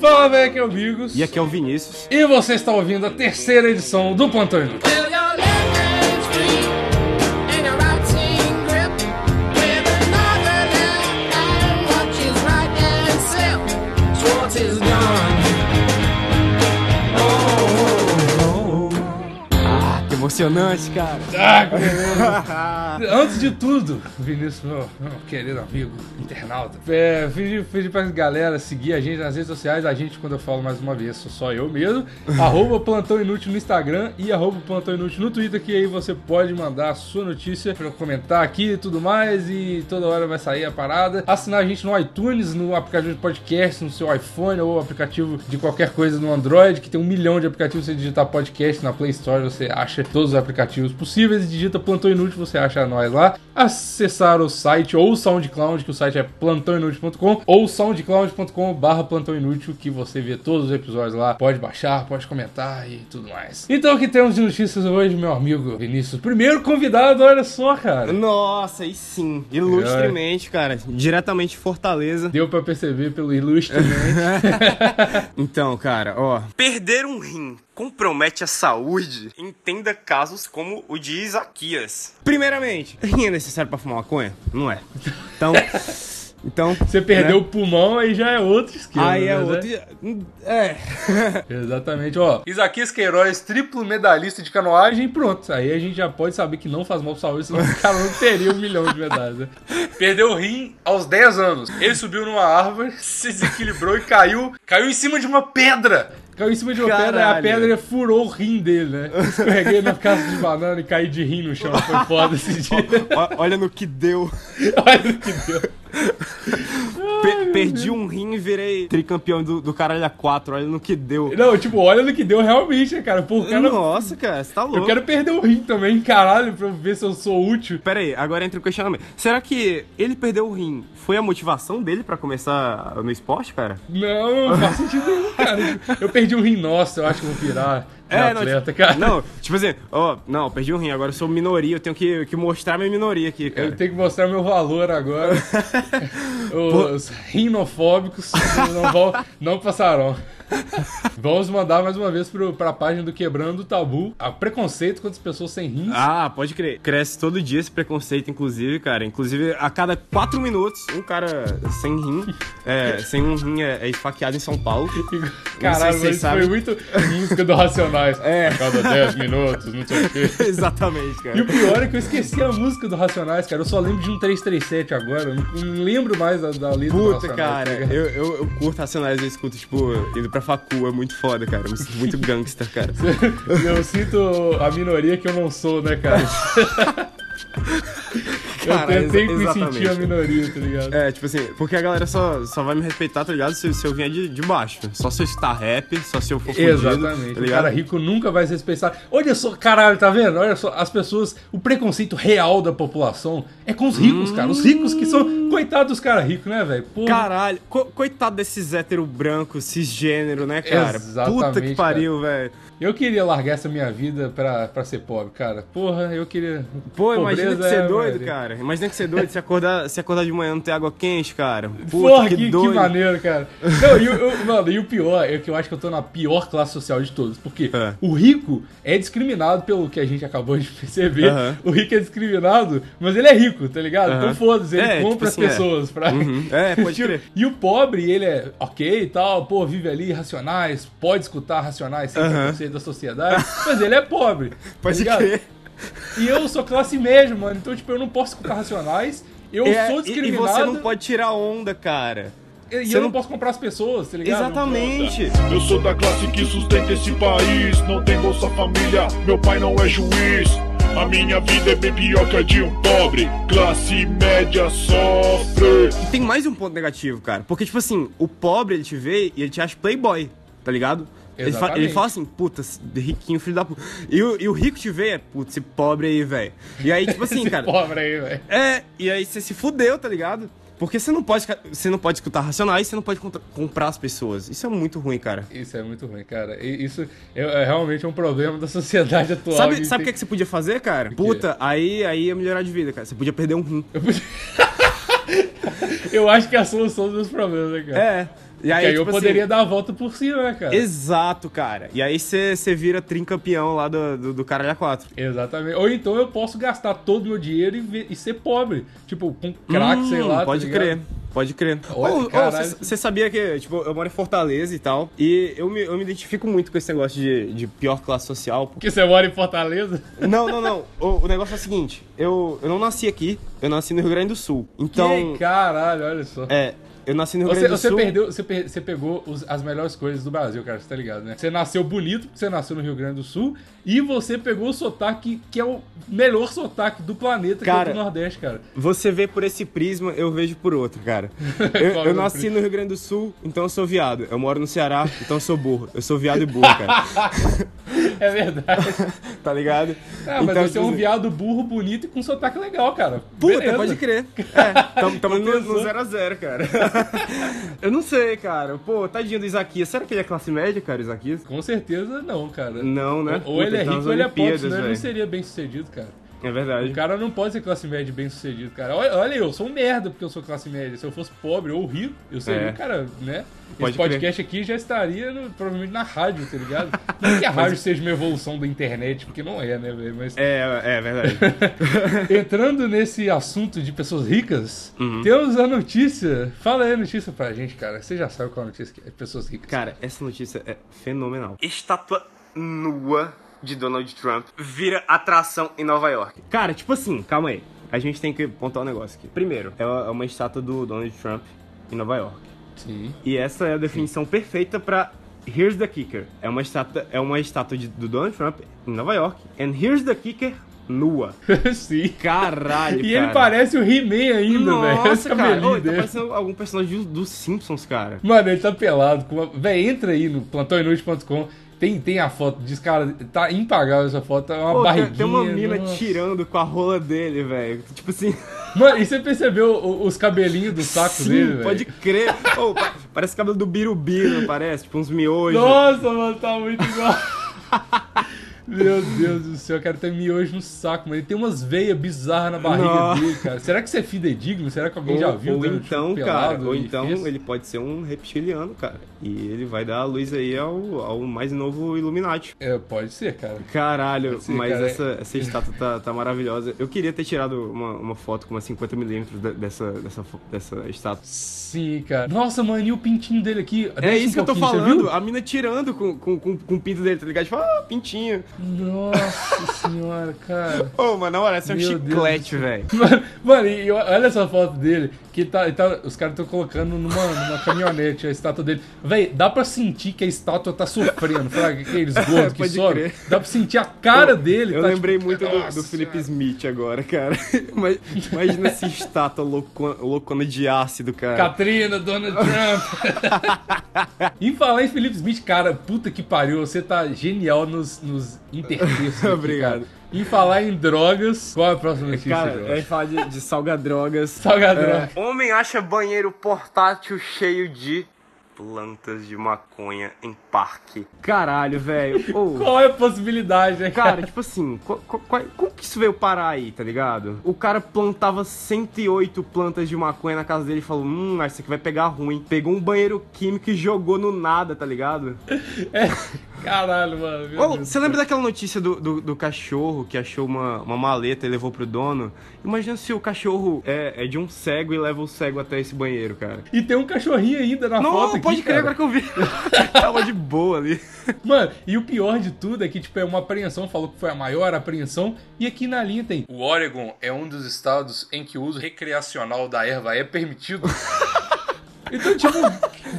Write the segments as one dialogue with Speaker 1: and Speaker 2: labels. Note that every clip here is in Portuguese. Speaker 1: Fala, velho, aqui é o Bigos.
Speaker 2: E aqui é o Vinícius.
Speaker 1: E você está ouvindo a terceira edição do Plantão Inútil.
Speaker 2: Ah, que emocionante, cara.
Speaker 1: Ah, que beleza. Antes de tudo, Vinícius, meu, meu querido amigo, internauta, é, pedi, pedi pra galera seguir a gente nas redes sociais. A gente, quando eu falo mais uma vez, sou só eu mesmo. arroba Plantão Inútil no Instagram e arroba Plantão Inútil no Twitter, que aí você pode mandar a sua notícia pra eu comentar aqui e tudo mais. E toda hora vai sair a parada. Assinar a gente no iTunes, no aplicativo de podcast, no seu iPhone ou aplicativo de qualquer coisa no Android, que tem um milhão de aplicativos. Você digitar podcast na Play Store, você acha todos os aplicativos possíveis. E digita Plantão Inútil, você acha nós lá. Acessar o site ou o SoundCloud, que o site é plantãoinútil.com ou soundcloud.com barra plantão inútil, que você vê todos os episódios lá. Pode baixar, pode comentar e tudo mais. Então, o que temos de notícias hoje, meu amigo Vinícius? Primeiro convidado, olha só, cara.
Speaker 2: Nossa, e sim. Ilustremente, cara. Diretamente de Fortaleza.
Speaker 1: Deu pra perceber pelo ilustre. né?
Speaker 2: Então, cara, ó. Perder um rim compromete a saúde? Entenda casos como o de Isaquias. Primeiramente, rim é necessário pra fumar maconha? Não é. Então. Então.
Speaker 1: Você perdeu o pulmão, aí já é outro esquema.
Speaker 2: Aí é
Speaker 1: né?
Speaker 2: outro. É.
Speaker 1: Exatamente, ó. Isaquias Queiroz, triplo medalhista de canoagem, pronto. Aí a gente já pode saber que não faz mal pra saúde, senão o cara não teria um milhão de medalhas, né? Perdeu o rim aos 10 anos. Ele subiu numa árvore, se desequilibrou e caiu. Caiu em cima de uma pedra. Caiu em cima de uma pedra, né? a
Speaker 2: Caralho.
Speaker 1: pedra furou o rim dele, né? Escorreguei na casca de banana e caí de rim no chão. Foi foda esse dia.
Speaker 2: Ó, Olha no que deu.
Speaker 1: Olha o que deu.
Speaker 2: Pe- perdi um rim e virei tricampeão do, do caralho a 4. Olha no que deu.
Speaker 1: Não, tipo, olha no que deu realmente, né, cara? Pô, o cara
Speaker 2: Nossa, cara, você tá louco.
Speaker 1: Eu quero perder o rim também, caralho, pra eu ver se eu sou útil.
Speaker 2: Pera aí, agora entra o questionamento. Será que ele perdeu o rim? Foi a motivação dele pra começar no esporte, cara?
Speaker 1: Não, não faz sentido nenhum, cara. Eu perdi um rim, nossa, eu acho que vou virar É, atleta,
Speaker 2: tipo,
Speaker 1: cara.
Speaker 2: Não, tipo assim, ó, não, perdi um rim, agora eu sou minoria, eu tenho que, que mostrar minha minoria aqui,
Speaker 1: Eu
Speaker 2: cara.
Speaker 1: tenho que mostrar meu valor agora. Os rinofóbicos não, vão, não passarão. Vamos mandar mais uma vez pro, pra página do Quebrando o Tabu. A preconceito contra as pessoas sem rins.
Speaker 2: Ah, pode crer. Cresce todo dia esse preconceito, inclusive, cara. Inclusive, a cada quatro minutos, um cara sem rim, é, sem um rim é, é esfaqueado em São Paulo.
Speaker 1: Caralho, mas
Speaker 2: vocês
Speaker 1: foi
Speaker 2: sabem.
Speaker 1: muito música do Racionais.
Speaker 2: É.
Speaker 1: A cada 10 minutos, não sei o quê.
Speaker 2: Exatamente, cara.
Speaker 1: E o pior é que eu esqueci a música do Racionais, cara. Eu só lembro de um 337 agora. Eu não- não lembro mais da, da letra do
Speaker 2: Puta,
Speaker 1: Racionais,
Speaker 2: cara,
Speaker 1: tá ligado?
Speaker 2: eu, eu, eu curto Racionais, eu escuto, tipo, indo pra facu, é muito foda, cara. Eu me sinto muito gangster, cara.
Speaker 1: Eu sinto a minoria que eu não sou, né, cara?
Speaker 2: Cara,
Speaker 1: eu tentei
Speaker 2: exa-
Speaker 1: me
Speaker 2: exatamente,
Speaker 1: sentir a
Speaker 2: cara.
Speaker 1: minoria, tá ligado?
Speaker 2: É, tipo assim, porque a galera só, só vai me respeitar, tá ligado? Se, se eu vier de, de baixo. Só se eu estar rap, só se eu for fudido,
Speaker 1: Exatamente.
Speaker 2: tá
Speaker 1: o cara
Speaker 2: ligado?
Speaker 1: rico nunca vai se respeitar. Olha só, caralho, tá vendo? Olha só, as pessoas, o preconceito real da população é com os ricos, cara. Os ricos que
Speaker 2: Hum.
Speaker 1: são. Coitados dos caras ricos, né, velho? Porra.
Speaker 2: Caralho, co- coitado desses hétero branco, cisgênero, né, cara? Puta
Speaker 1: Exatamente,
Speaker 2: que pariu, velho.
Speaker 1: Eu queria largar essa minha vida pra, pra ser pobre, cara. Porra, eu queria.
Speaker 2: Pô, imagina que
Speaker 1: Pobreza
Speaker 2: você é
Speaker 1: é,
Speaker 2: doido,
Speaker 1: velho.
Speaker 2: cara. Imagina que você é doido, se acordar, se acordar de manhã não ter água quente, cara. Puta
Speaker 1: Porra,
Speaker 2: que,
Speaker 1: que, que
Speaker 2: doido.
Speaker 1: maneiro, cara. Não, e, o- eu- mano, e o pior é que eu acho que eu tô na pior classe social de todos. Porque
Speaker 2: É.
Speaker 1: o rico é discriminado pelo que a gente acabou de perceber.
Speaker 2: Aham.
Speaker 1: O rico é discriminado, mas ele é rico, tá ligado?
Speaker 2: Aham.
Speaker 1: Então foda-se, ele
Speaker 2: É, tipo
Speaker 1: compra
Speaker 2: assim,
Speaker 1: as
Speaker 2: é.
Speaker 1: pessoas pra.
Speaker 2: Uhum. É, pode
Speaker 1: Tipo,
Speaker 2: crer.
Speaker 1: E o pobre, ele é ok e tal, pô, vive ali, racionais, pode escutar racionais sem
Speaker 2: Aham.
Speaker 1: preconceito da sociedade, mas ele é pobre. tá
Speaker 2: Pode
Speaker 1: ligado?
Speaker 2: crer.
Speaker 1: E eu sou classe média, mano. Então, tipo, eu não posso escutar racionais. Eu
Speaker 2: É,
Speaker 1: sou
Speaker 2: e- e,
Speaker 1: discriminado.
Speaker 2: você não pode tirar onda, cara.
Speaker 1: E eu
Speaker 2: Você
Speaker 1: não
Speaker 2: não-
Speaker 1: posso comprar as pessoas, tá ligado?
Speaker 2: Exatamente.
Speaker 3: Eu sou da classe que sustenta esse país. Não tem Bolsa Família, meu pai não é juiz. A minha vida é bem pior que a de um pobre. Classe média sofre.
Speaker 2: E tem mais um ponto negativo, cara. Porque, tipo assim, o pobre ele te vê e ele te acha playboy, tá ligado? Ele, fa- ele
Speaker 1: Exatamente.
Speaker 2: fala assim, puta, esse riquinho, filho da puta. E o, e o rico te vê, é, puta, esse pobre aí, velho. E aí, tipo assim,
Speaker 1: Esse
Speaker 2: cara.
Speaker 1: pobre aí, velho.
Speaker 2: É, e aí você se fudeu, tá ligado? Porque você não pode, ca- você não pode escutar racionais, você não pode contra- comprar as pessoas. Isso é muito ruim, cara.
Speaker 1: Isso é muito ruim, cara. E Isso é, é realmente um problema da sociedade atual.
Speaker 2: Sabe,
Speaker 1: Alguém
Speaker 2: sabe o
Speaker 1: tem-
Speaker 2: que, que você podia fazer, cara? Puta, aí, aí ia melhorar de vida, cara. Você podia perder um rim.
Speaker 1: Eu acho que é a solução dos meus problemas, né, cara?
Speaker 2: É. E aí,
Speaker 1: Porque aí eu
Speaker 2: tipo assim,
Speaker 1: poderia dar a volta por cima, né, cara?
Speaker 2: Exato, cara. E aí você vira tricampeão lá do, do, do Caralho A4.
Speaker 1: Exatamente. Ou então eu posso gastar todo o meu dinheiro e, ver- e ser pobre. Tipo, com crack,
Speaker 2: Hum,
Speaker 1: sei lá.
Speaker 2: Pode
Speaker 1: tá ligado?
Speaker 2: crer. Pode crer.
Speaker 1: Olha, caralho.
Speaker 2: Você sabia que, tipo, eu moro em Fortaleza e tal, e eu me, eu me identifico muito com esse negócio de, de pior classe social. porque-
Speaker 1: Porque você mora em Fortaleza?
Speaker 2: Não, não, não. O, o negócio é o seguinte, eu, eu não nasci aqui, eu nasci no Rio Grande do Sul. Então,
Speaker 1: Que caralho, olha só.
Speaker 2: é, eu nasci no Rio
Speaker 1: Você,
Speaker 2: Grande do
Speaker 1: você
Speaker 2: Sul.
Speaker 1: perdeu, você, per- você pegou os- as melhores coisas do Brasil, cara, você tá ligado, né? Você nasceu bonito, porque você nasceu no Rio Grande do Sul, e você pegou o sotaque que é o melhor sotaque do planeta, que é
Speaker 2: Cara,
Speaker 1: o do Nordeste, cara.
Speaker 2: Você vê por esse prisma, eu vejo por outro, cara. Eu,
Speaker 1: Qual
Speaker 2: eu
Speaker 1: é o
Speaker 2: nasci
Speaker 1: prisma?
Speaker 2: no Rio Grande do Sul, então eu sou viado. Eu moro no Ceará, então eu sou burro. Eu sou viado e burro, cara.
Speaker 1: É verdade.
Speaker 2: Tá ligado?
Speaker 1: Ah, mas
Speaker 2: Então,
Speaker 1: você é um
Speaker 2: tipo,
Speaker 1: viado burro, bonito e com sotaque legal, cara.
Speaker 2: Puta,
Speaker 1: Beleza.
Speaker 2: pode crer. É, tamo, tamo no,
Speaker 1: Compensou.
Speaker 2: no zero a zero, cara. eu não sei, cara. Pô, tadinho do Isaquias. Será que ele é classe média, cara, Isaquias?
Speaker 1: Com certeza não, cara.
Speaker 2: Não, né?
Speaker 1: Ou
Speaker 2: Puta,
Speaker 1: ele é
Speaker 2: tá
Speaker 1: rico
Speaker 2: nas
Speaker 1: ou ele é pobre,
Speaker 2: Olimpíadas,
Speaker 1: senão ele não
Speaker 2: velho.
Speaker 1: seria bem sucedido, cara.
Speaker 2: É
Speaker 1: O
Speaker 2: verdade.
Speaker 1: cara não pode ser classe média bem sucedido, cara. Olha, olha, eu sou um merda porque eu sou classe média. Se eu fosse pobre ou rico, eu seria,
Speaker 2: É.
Speaker 1: um cara, né?
Speaker 2: Pode
Speaker 1: Esse podcast aqui já estaria no- provavelmente na rádio, tá ligado? Não que a rádio seja uma evolução da internet, porque não é, né, velho? Mas
Speaker 2: É, é verdade. É.
Speaker 1: entrando nesse assunto de pessoas ricas,
Speaker 2: Uhum.
Speaker 1: temos a notícia. Fala aí a notícia pra gente, cara. Você já sabe qual é a notícia que é pessoas ricas.
Speaker 2: Cara, essa notícia é fenomenal. Estátua nua de Donald Trump vira atração em Nova York. Cara, tipo assim, calma aí. A gente tem que pontuar um negócio aqui. Primeiro, é uma é uma estátua do Donald Trump em Nova York.
Speaker 1: Sim.
Speaker 2: E essa é a definição perfeita pra Here's the Kicker. É uma estátua, é uma estátua de- do Donald Trump em Nova York. And here's the kicker nua.
Speaker 1: Sim.
Speaker 2: Caralho,
Speaker 1: E
Speaker 2: cara.
Speaker 1: ele parece o He-Man ainda, velho. Essa
Speaker 2: Nossa, cara.
Speaker 1: cabelinho
Speaker 2: Ô, ele tá
Speaker 1: dele.
Speaker 2: parecendo algum personagem dos dos Simpsons, cara.
Speaker 1: Mano, ele tá pelado. Com uma... Véi, entra aí no plantãoinútil.com. Tem, tem a foto diz, cara, tá impagável essa foto, é uma
Speaker 2: Pô, tem-
Speaker 1: barriguinha. né?"
Speaker 2: tem uma mina
Speaker 1: nossa.
Speaker 2: tirando com a rola dele, velho. Tipo assim.
Speaker 1: Mano, e você percebeu o- os cabelinhos do saco
Speaker 2: sim,
Speaker 1: dele, velho?
Speaker 2: pode crer. Ô, pa- parece cabelo do Birubi, não parece? Tipo uns miojos.
Speaker 1: Nossa, mano, tá muito igual. Meu Deus do céu, cara, tem miojo no saco, mano. Ele tem umas veias bizarras na barriga
Speaker 2: Nossa.
Speaker 1: dele, cara. Será que isso é fidedigno? Será que alguém
Speaker 2: Ou,
Speaker 1: já viu?
Speaker 2: ou
Speaker 1: né,
Speaker 2: então,
Speaker 1: tipo,
Speaker 2: cara,
Speaker 1: pelado
Speaker 2: ou
Speaker 1: e
Speaker 2: então
Speaker 1: fez?
Speaker 2: ele pode ser um reptiliano, cara. E ele vai dar a luz aí ao, ao mais novo Illuminati.
Speaker 1: É, pode ser, cara.
Speaker 2: Caralho,
Speaker 1: Sim,
Speaker 2: mas
Speaker 1: cara, é-
Speaker 2: essa, essa estátua tá, tá maravilhosa. Eu queria ter tirado uma, uma foto com uma 50mm da- dessa, dessa, fo- dessa estátua.
Speaker 1: Sim, cara. Nossa, mano, e o pintinho dele aqui?
Speaker 2: É
Speaker 1: Desce um
Speaker 2: isso que eu tô
Speaker 1: pouquinho, você
Speaker 2: falando,
Speaker 1: viu?
Speaker 2: a mina tirando com, com, com, com o pinto dele, tá ligado? Tipo, ah, pintinho.
Speaker 1: Nossa senhora, cara.
Speaker 2: Ô, mano, na moral, esse é um
Speaker 1: Meu Deus do
Speaker 2: chiclete,
Speaker 1: céu.
Speaker 2: velho.
Speaker 1: Mano, mano, e o- olha essa foto dele, que ele tá, ele tá- os caras estão colocando numa, numa caminhonete a estátua dele. Véi, dá pra sentir que a estátua tá sofrendo, sabe? Aqueles gordos que
Speaker 2: Pode
Speaker 1: sobem.
Speaker 2: crer.
Speaker 1: Dá pra sentir a cara dele.
Speaker 2: Eu
Speaker 1: tá,
Speaker 2: lembrei
Speaker 1: tipo,
Speaker 2: muito do,
Speaker 1: "Nossa
Speaker 2: do Felipe
Speaker 1: senhora."
Speaker 2: Smith agora, cara. Ima- Imagina essa estátua loucona, loucona de ácido, cara.
Speaker 1: Katrina, Donald Trump. e falar em Felipe Smith, cara, puta que pariu, você tá genial nos, nos intertextos. aqui,
Speaker 2: Obrigado.
Speaker 1: cara. Em falar em drogas, qual é a próxima notícia? Jorge?
Speaker 2: Cara, é falar de, de salgadrogas.
Speaker 1: Salgadroga.
Speaker 2: É. Homem acha banheiro portátil cheio de plantas de maconha em parque. Caralho, velho. Ô,
Speaker 1: Qual é a possibilidade, né, cara?
Speaker 2: Cara, tipo assim, co- co- qual- como que isso veio parar aí, tá ligado? O cara plantava 108 plantas de maconha na casa dele e falou: Hum, acho que isso aqui vai pegar ruim. Pegou um banheiro químico e jogou no nada, tá ligado?
Speaker 1: É. Caralho, mano. meu
Speaker 2: Ô,
Speaker 1: Deus.
Speaker 2: você lembra daquela notícia do, do, do cachorro que achou uma, uma maleta e levou pro dono? Imagina se o cachorro é, é de um cego e leva o cego até esse banheiro, cara.
Speaker 1: E tem um cachorrinho ainda na
Speaker 2: Não,
Speaker 1: foto aqui,
Speaker 2: pode crer
Speaker 1: cara.
Speaker 2: agora que eu vi. Tava de boa ali.
Speaker 1: Mano, e o pior de tudo é que, tipo, é uma apreensão, falou que foi a maior apreensão, e aqui na linha tem... O Oregon é um dos estados em que o uso recreacional da erva é permitido. então, tipo...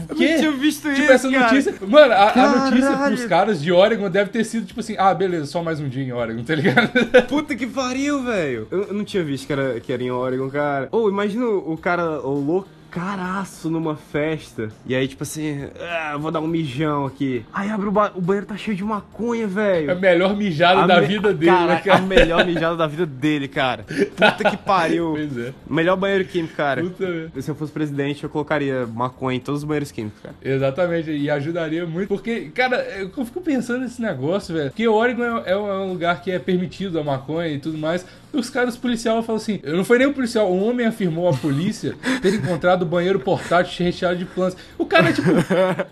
Speaker 2: Eu
Speaker 1: quê?
Speaker 2: não tinha visto
Speaker 1: Tipo,
Speaker 2: isso,
Speaker 1: essa
Speaker 2: cara.
Speaker 1: notícia. Mano, a, a notícia
Speaker 2: Caralho.
Speaker 1: pros caras de Oregon deve ter sido tipo assim: ah, beleza, só mais um dia em Oregon, tá ligado?
Speaker 2: Puta que pariu, velho. Eu, eu não tinha visto que era, que era em Oregon, cara. Ou imagina o o cara loucaraço numa festa. E aí, tipo assim, ah, vou dar um mijão aqui. Aí abre o, ba- o banheiro, tá cheio de maconha, velho.
Speaker 1: É a melhor mijada
Speaker 2: A
Speaker 1: da
Speaker 2: me-
Speaker 1: vida dele, né,
Speaker 2: Caralho,
Speaker 1: cara?
Speaker 2: A melhor mijada da vida dele, cara. Puta que pariu.
Speaker 1: Pois é.
Speaker 2: Melhor banheiro químico, cara.
Speaker 1: Puta merda.
Speaker 2: Se eu fosse presidente, eu colocaria maconha em todos os banheiros químicos, cara.
Speaker 1: Exatamente, e ajudaria muito. Porque, cara, eu fico pensando nesse negócio, velho. Porque Oregon é, é um- é um lugar que é permitido a maconha e tudo mais. E os caras policial falam assim: não foi nem o policial, um homem afirmou à polícia ter encontrado do banheiro portátil recheado de plantas. O cara, tipo,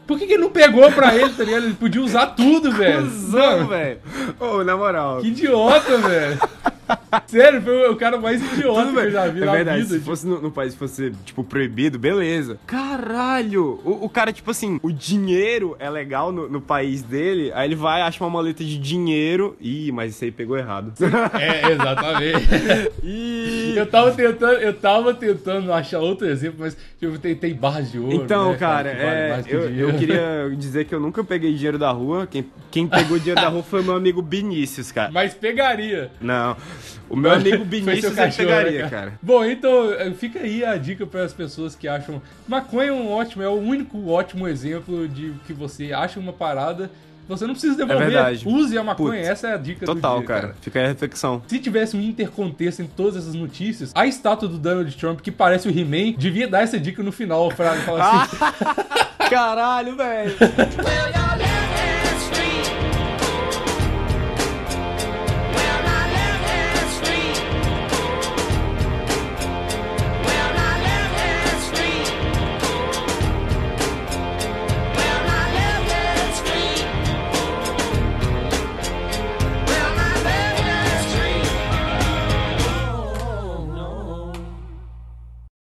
Speaker 1: por que, que ele não pegou pra ele, tá ligado? Ele podia usar tudo, velho.
Speaker 2: Cusão,
Speaker 1: Não,
Speaker 2: velho. Ô, na moral.
Speaker 1: Que idiota, velho. Sério, foi o cara mais idiota
Speaker 2: Tudo
Speaker 1: que
Speaker 2: bem.
Speaker 1: eu já vi
Speaker 2: é
Speaker 1: na
Speaker 2: verdade,
Speaker 1: vida.
Speaker 2: se fosse no, no país fosse, tipo, proibido, beleza. Caralho! O, o cara, tipo assim, o dinheiro é legal no, no país dele, aí ele vai, acha uma maleta de dinheiro. Ih, mas isso aí pegou errado.
Speaker 1: É, exatamente.
Speaker 2: Ih!
Speaker 1: Eu tava tentando, eu tava tentando achar outro exemplo, mas tipo, tem, tem barras de ouro.
Speaker 2: Então,
Speaker 1: né,
Speaker 2: cara,
Speaker 1: que vale
Speaker 2: é,
Speaker 1: mais que
Speaker 2: eu,
Speaker 1: dinheiro.
Speaker 2: eu queria dizer que eu nunca peguei dinheiro da rua. Quem, quem pegou dinheiro da rua foi o meu amigo Vinícius, cara.
Speaker 1: Mas pegaria.
Speaker 2: Não, o meu amigo
Speaker 1: Foi seu
Speaker 2: Vinícius eu
Speaker 1: cachorro, né,
Speaker 2: pegaria, cara.
Speaker 1: Bom, então eh, fica aí a dica para as pessoas que acham maconha é um ótimo, é o único ótimo exemplo de que você acha uma parada, você não precisa devolver,
Speaker 2: É verdade.
Speaker 1: use a maconha,
Speaker 2: Putz,
Speaker 1: essa é a dica do
Speaker 2: Total,
Speaker 1: dia,
Speaker 2: cara. Fica aí a reflexão.
Speaker 1: Se tivesse um intercontexto em todas essas notícias, a estátua do Donald Trump, que parece o He-Man, devia dar essa dica no final pra falar assim.
Speaker 2: Caralho, velho.
Speaker 4: Well, you